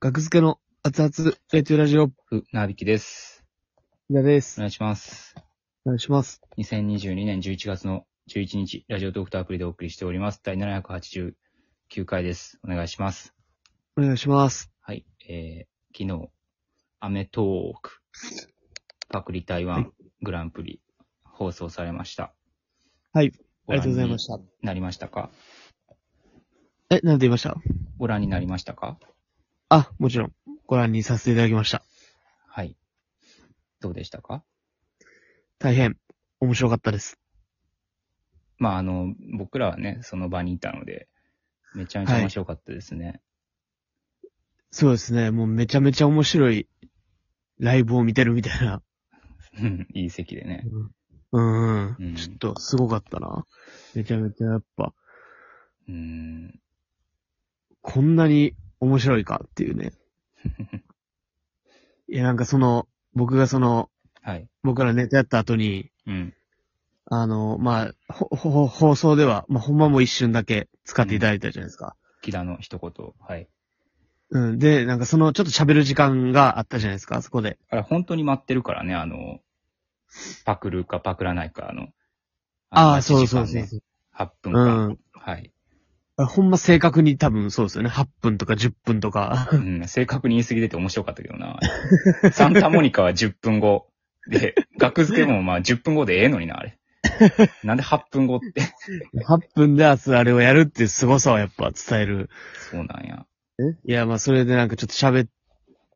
学付けの熱々レトゥラジオ、ふ、なびきです。みなですお。願いします。お願いします。 2022年11月の11日、ラジオトークとアプリでお送りしております。第789回です。お願いします。お願いします。はい。えー、昨日、アメトーク、パクリ台湾グランプリ、放送されました。はい。ありがとうございましごた。覧になりましたかえ、なんて言いましたご覧になりましたかあ、もちろん、ご覧にさせていただきました。はい。どうでしたか大変、面白かったです。まあ、あの、僕らはね、その場にいたので、めちゃめちゃ面白かったですね。 そうですね、もうめちゃめちゃ面白いライブを見てるみたいな。うんいい席でね。うん、うんちょっと、すごかったな。めちゃめちゃやっぱ、うんこんなに面白いかっていう ね。いや、なんかその、僕がその、はい。僕らネタやった後に、うん。あの、まあ、ほ、ほ、放送では、まあ、ほんまもう一瞬だけ使っていただいたじゃないですか。木田の一言。はい。うん。で、なんかその、ちょっと喋る時間があったじゃないですか、あそこで。あれ、本当に待ってるからね、あの、パクるかパクらないか、あの、ああ、のそうそう待ちそう時間ねそう。 8分う間。ん。はい。あほんま正確に多分そうですよね。8分とか10分とかう。ん、正確に言い過ぎてて面白かったけどな。サンタモニカは10分後。で、学付けもまあ10分後でええのにな、あれ。なんで8分後って。 8分で明日あれをやるっていう凄さをやっぱ伝える。そうなんや。いや、まあそれでなんかちょっと喋っ、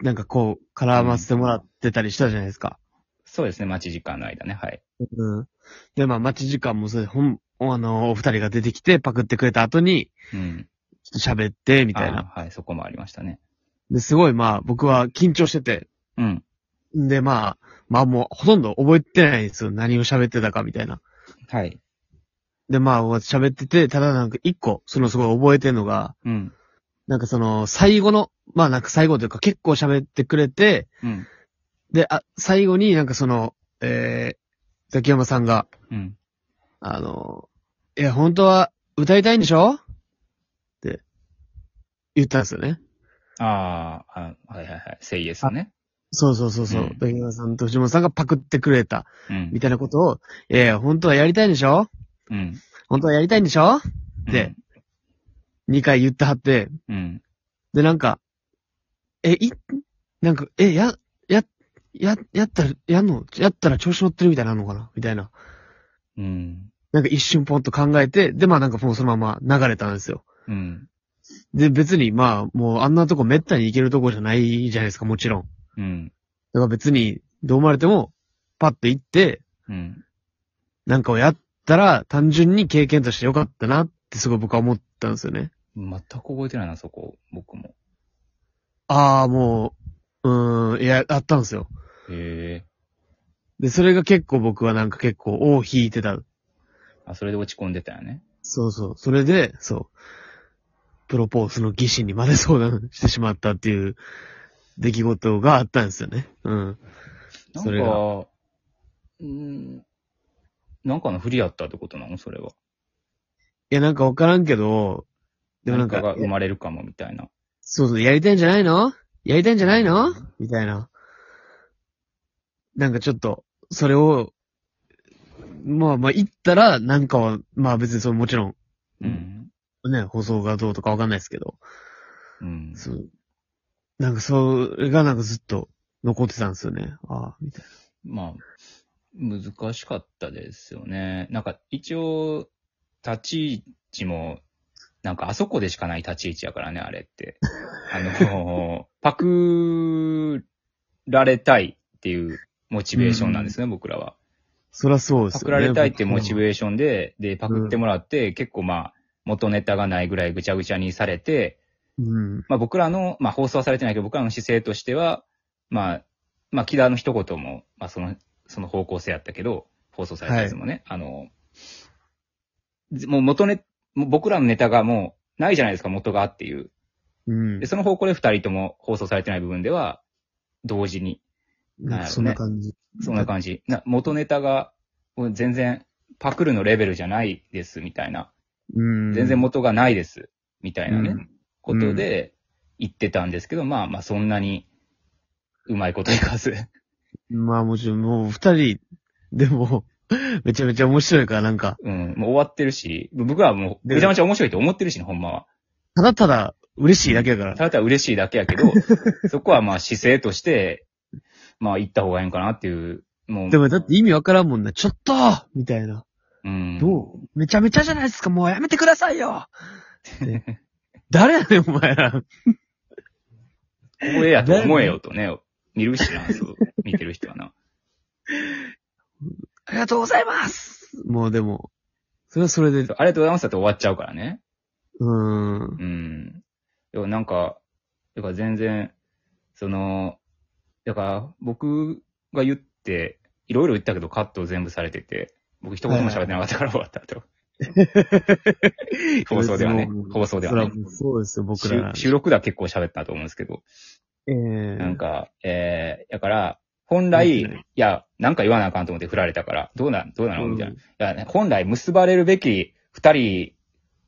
なんかこう、絡ませてもらってたりしたじゃないですか。そうですね、待ち時間の間ね。はい。うん。で、まあ待ち時間もそれで、ほん、あの、お二人が出てきてパクってくれた後に、うん。ちょっと喋って、みたいな。あーはい、そこもありましたね。で、すごいまあ、僕は緊張してて、うん。んでまあ、まあもうほとんど覚えてないんですよ。何を喋ってたかみたいな。はい。でまあ、喋ってて、ただなんか一個、そのすごい覚えてるのが、うん。なんかその、最後の、まあなんか最後というか結構喋ってくれて、うん。で、あ、最後になんかその、えー、ザキヤマさんが、うん。あの、いや、本当は歌いたいんでしょって、言ったんですよね。あーあ、はいはいはい。セイエスね。そうそうそうそう。うんザキヤマさんと藤本さんがパクってくれた、うんみ。たいなことを、いやいや、本当はやりたいんでしょうん。本当はやりたいんでしょでで、二回言ってはって、うん。で、なんか、え、い、なんか、え、や、や、や、やったら、やんのやったら調子乗ってるみたいなのかなみたいな。うん。なんか一瞬ポンと考えて、で、まあなんかもうそのまま流れたんですよ。うん。で、別にまあ、もうあんなとこめったに行けるとこじゃないじゃないですか、もちろん。だうん。から別に、どう思われても、パッと行って、うん。なんかをやったら、単純に経験として良かったなってすごい僕は思ったんですよね。全く覚えてないな、そこ、僕も。ああ、もう、うーん、いや、あったんですよ。へえ。で、それが結構僕はなんか結構、尾を引いてた。あ、それで落ち込んでたよね。そうそう。それで、そう。プロポーズの疑心にまで相談してしまったっていう出来事があったんですよね。うん。なんそれか、うん。なんかの不利やったってことなのそれは。いや、なんかわからんけど、でもなん何かか、が生まれるかも、みたいな。そうそう、やりたいんじゃないのやりたいんじゃないのみたいな。なんかちょっと、それを、まあまあ言ったら、なんかは、まあ別にそのもちろん、うん。ね、放送がどうとかわかんないですけど、うん。そう。なんか、それがなんかずっと残ってたんですよね。ああ、みたいまあ、難しかったですよね。なんか、一応、立ち位置も、なんか、あそこでしかない立ち位置やからね、あれって。あ の、パクられたいっていうモチベーションなんですね、僕らは。な。そらそうでパすクよらね。れたいってモチーベーションで、で、パクってもらって、結構まあ、元ネタがないぐらいぐちゃぐちゃにされて、ション。うん。まあ僕らの、まあ放送はされてないけど、僕らの姿勢としては、まあ、まあ木田の一言も、まあその、その方向性やったけど、放送されたやつもね、あの、ずもう元ネ、もう僕らのネタがもうないじゃないですか、元がっていう。うんで、。その方向で二人とも放送されてない部分では、同時に、なんかそんな感じ。そんな感じ。な元ネタが、もう全然、パクるのレベルじゃないです、みたいな。うん。全然元がないです、みたいなね、うんことで、言ってたんですけど、まあまあそんなにうまいこといかず。 まあもちろん、もう二人、でも、 めちゃめちゃ面白いから、なんか、うん、もう終わってるし、僕はもうめちゃめちゃ面白いと思ってるしね、ほんまは。ただただ嬉しいだけやから。ただただ嬉しいだけやけ ど、そこはまあ姿勢として、まあ行った方がいいんかなっていう、もう。でもだって意味わからんもんな。ちょっとみたいな。うん。どうめちゃめちゃじゃないですか、もうやめてくださいよ誰やねん、お前ら。ここでやと思えよとね、見るしな、そう、見てる人はな。 ありがとうございますもうでも、それはそれで、ありがとうございますだって終わっちゃうからね。うーん。うん。でもなんか、だから全然、その、だから僕が言って、いろいろ言ったけどカット全部されてて、僕一言も喋ってなかったから終わったと。放送ではねもう放送ではねそらもうそうですよ、僕ら。収収録では結構喋ったと思うんですけど。ええなんか、えー、だから、本うん来、いや、なんか言わなあかんと思って振られたから、どうなん、どうなのみたいな。いや、ね本来結ばれるべき二人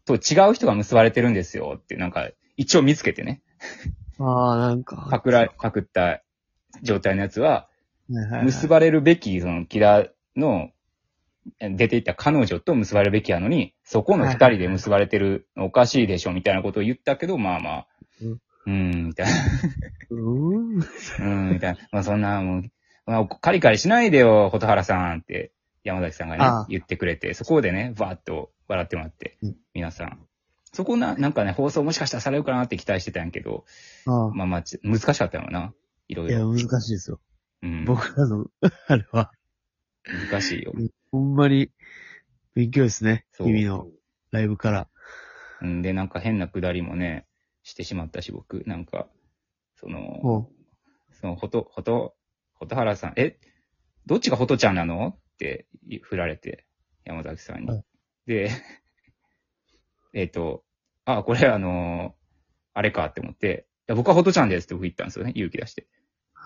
と違う人が結ばれてるんですよって、なんか、一応見つけてね、ああ、なんか。パクら、パクった状態のやつは、はいはいはい結ばれるべき、その、キラーの、え出ていった彼女と結ばれるべきやのに、そこの二人で結ばれてるのおかしいでしょ、みたいなことを言ったけど、まあまあ、うんうーん、みたいな。 うーん。うん、みたいな。まあそんな、もう、まあ、カリカリしないでよ、蛍原さんって、山崎さんがね、ああ言ってくれて、そこでね、バーッと笑ってもらってうん、皆さん。そこな、なんかね、放送もしかしたらされるかなって期待してたんやけど、あまあまあ、ち難しかったのな。いろあ。いいや、ろ。難しいですよ。うん、僕らの、 あれは、難しいよ。ほんまに、勉強ですね。そう君のライブから。うんで、なんか変なくだりもね、してしまったし、僕、なんか、その、もその、ほと、ほと、蛍原さん、え、どっちがほとちゃんなのって振られて、山崎さんはに。で、 えっと、あ、これあのあれかって思って、いや、僕はほとちゃんですって僕言ったんですよね、勇気出して。う、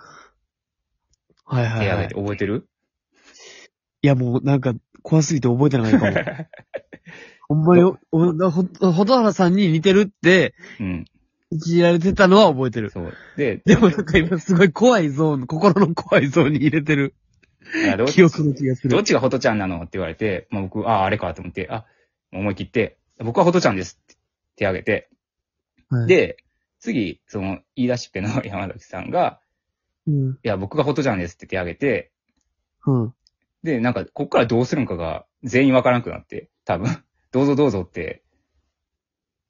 はい手はい、挙はげいて、。覚えてる、 いや、もうなんか、怖すぎて覚えてない かも。ほんまに、お、なほ、ほどはらさんに似てるって、うん、いじられてたのは覚えてる。そう。で、でもなんか今すごい怖いゾーン、心の怖いゾーンに入れてるいやどっち記憶の気がすどっる。ちがホトちゃんなのって言われて、まあ、僕、ああ、あれかと思って、あ、思い切って、僕はホトちゃんですって手挙げて、はい、で、次、その、言い出しっぺの山崎さんが、うん、いや、僕がホトちゃんですって手挙げて、うん。で、なんか、こっからどうするんかが全員わからんくなって、多分、どうぞどうぞって、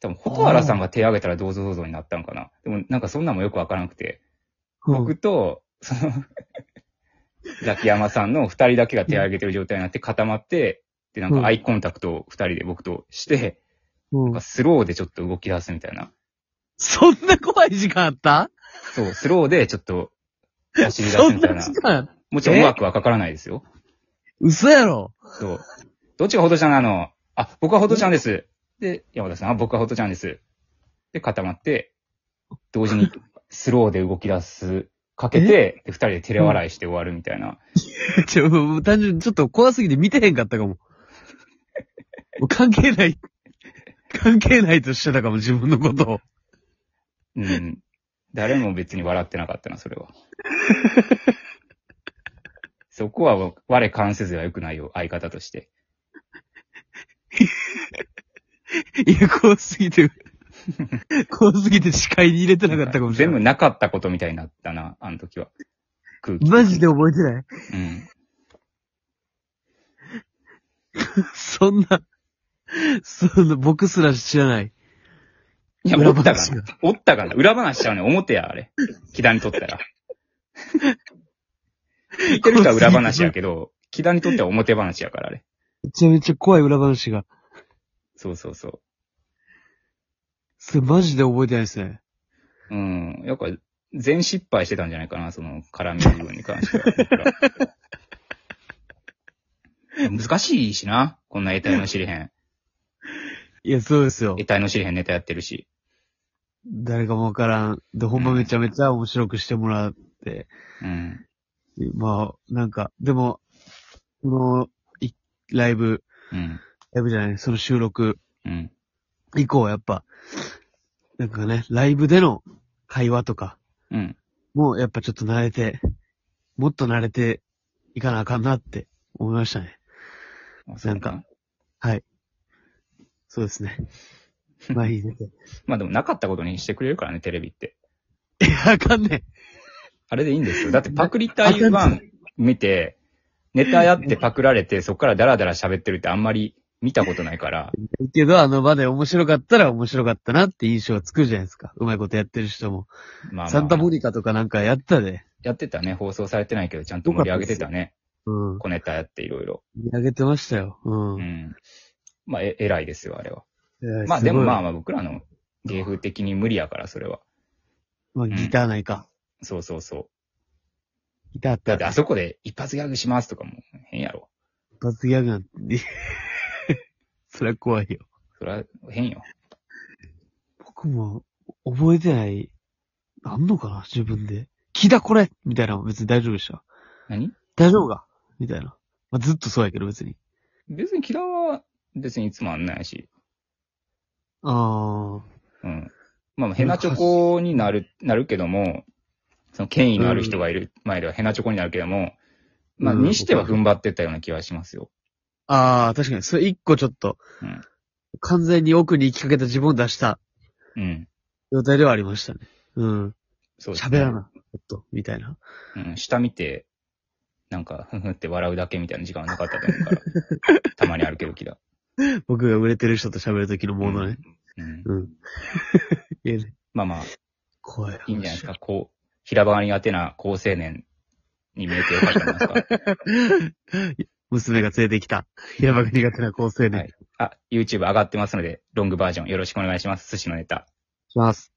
多分、蛍原さんが手挙げたらどうぞどうぞになったんかな。でも、なんかそんなんもよくわからなくて、うん僕と、その、ザキヤマさんの二人だけが手を挙げてる状態になって固まって、で、なんうんかアイコンタクトを二人で僕として、うなんんか。スローでちょっと動き出すみたいな。そんな怖い時間あったそう、スローでちょっと走り出そすんみたいなな時。間もちろんうまくはかからないですよ。嘘やろ そう。どっちがホトちゃんなのあ、僕はホトちゃんです。で、山田さん、あ、僕はホトちゃんです。で、固まって、同時にスローで動き出す、かけて、で、二人で照れ笑いして終わるみたいな。ちょ、もう単純にちょっと怖すぎて見てへんかったか も。もう関係ない、関係ないとしてたかも、自分のことを。うん。誰も別に笑ってなかったな、そ れは。そこは我関せずは良くないよ、相方として。いや、怖すぎて、怖すぎて視界に入れてなかったかもしれ全な部い。なかったことみたいになったな、あの時は。空気。マジで覚えてない。うん。そんな、そんな、僕すら知らない。いや、お裏った話かがな。おったかな。裏話しちゃうね。表や、あれ。木田にとっ たら。聞いてる人は裏話やけど、木田にとっては表話やから、あれ。めちゃめちゃ怖い裏話が。そうそうそそれマジで覚えてないですね。う。うん。やっぱ、全失敗してたんじゃないかな、その、絡みの部分に関しては 僕ら。難しいしな。こんな得体の知れへん。いや、そうですよ得。体の知れへんネタやってるし。誰かもわからん。で、ほんまめちゃめちゃ面白くしてもらって。うん。まあ、なんか、でも、この、いライブ、うん。ライブじゃない、その収録うん。以降、やっぱ、なんかね、ライブでの会話とか、うん。もうやっぱちょっと慣れて、もっと慣れていかなあかんなって思いましたね。あそうなんか。そうですね。前に出て。いまあでもなかったことにしてくれるからね、テレビって。や、あかんねん。あれでいいんですよ。だってパクリ台 湾見て、ネタやってパクられて、そっからダラダラ喋ってるってあんまり見たことないから。いいけど、あの場で面白かったら面白かったなって印象はつくじゃないですか。うまいことやってる人も。まあまあサンタモニカとかなんかやったで。やってたね。放送されてないけど、ちゃんと盛り上げてたね。うん。小ネタやっていろいろ。見上げてましたよ。うん。うん。まあ、え、偉いですよ、あれは。えーまあでもまあすまあ僕らの芸風的に無理やから、それは。ごいまあ、ギターないか。そうそうそう。ギターあっだたってらあそこで一発ギャグしますとかも変やろ。一発ギャグなんて。 そりゃ怖いよ。それは変よ。僕も覚えてない、あんのかな自分で。聞いたこれみたいなの別に大丈夫でした。何大丈夫かみたいな。まあ、ずっとそうやけど別に。別に嫌は別にいつもあんないし。あうん。まあ、ヘナチョコになる、なるけども、その権威のある人がいる前ではヘナチョコになるけども、まあ、うんにしては踏ん張ってたような気はしますよ。あ。ああ、確かに。それ一個ちょっと、うん完全に奥に行きかけた自分を出したうん。状態ではありましたね。うん。そうですね喋らな。ちょっと、みたいな。うん、下見て、なんか、ふふって笑うだけみたいな時間はなかったと思う から、たまにあるけど気だ。僕が売れてる人と喋る時のものね。うん。うん。 いやね、まあまあ、怖い話。いいんじゃない ですか。こう、平場に当てな高青年に見えてよかったんじゃないですか。娘が連れてきた。 平場が苦手な高青年。はいあ、YouTube 上がってますので、ロングバージョンよろしくお願いします。寿司のネタ。します。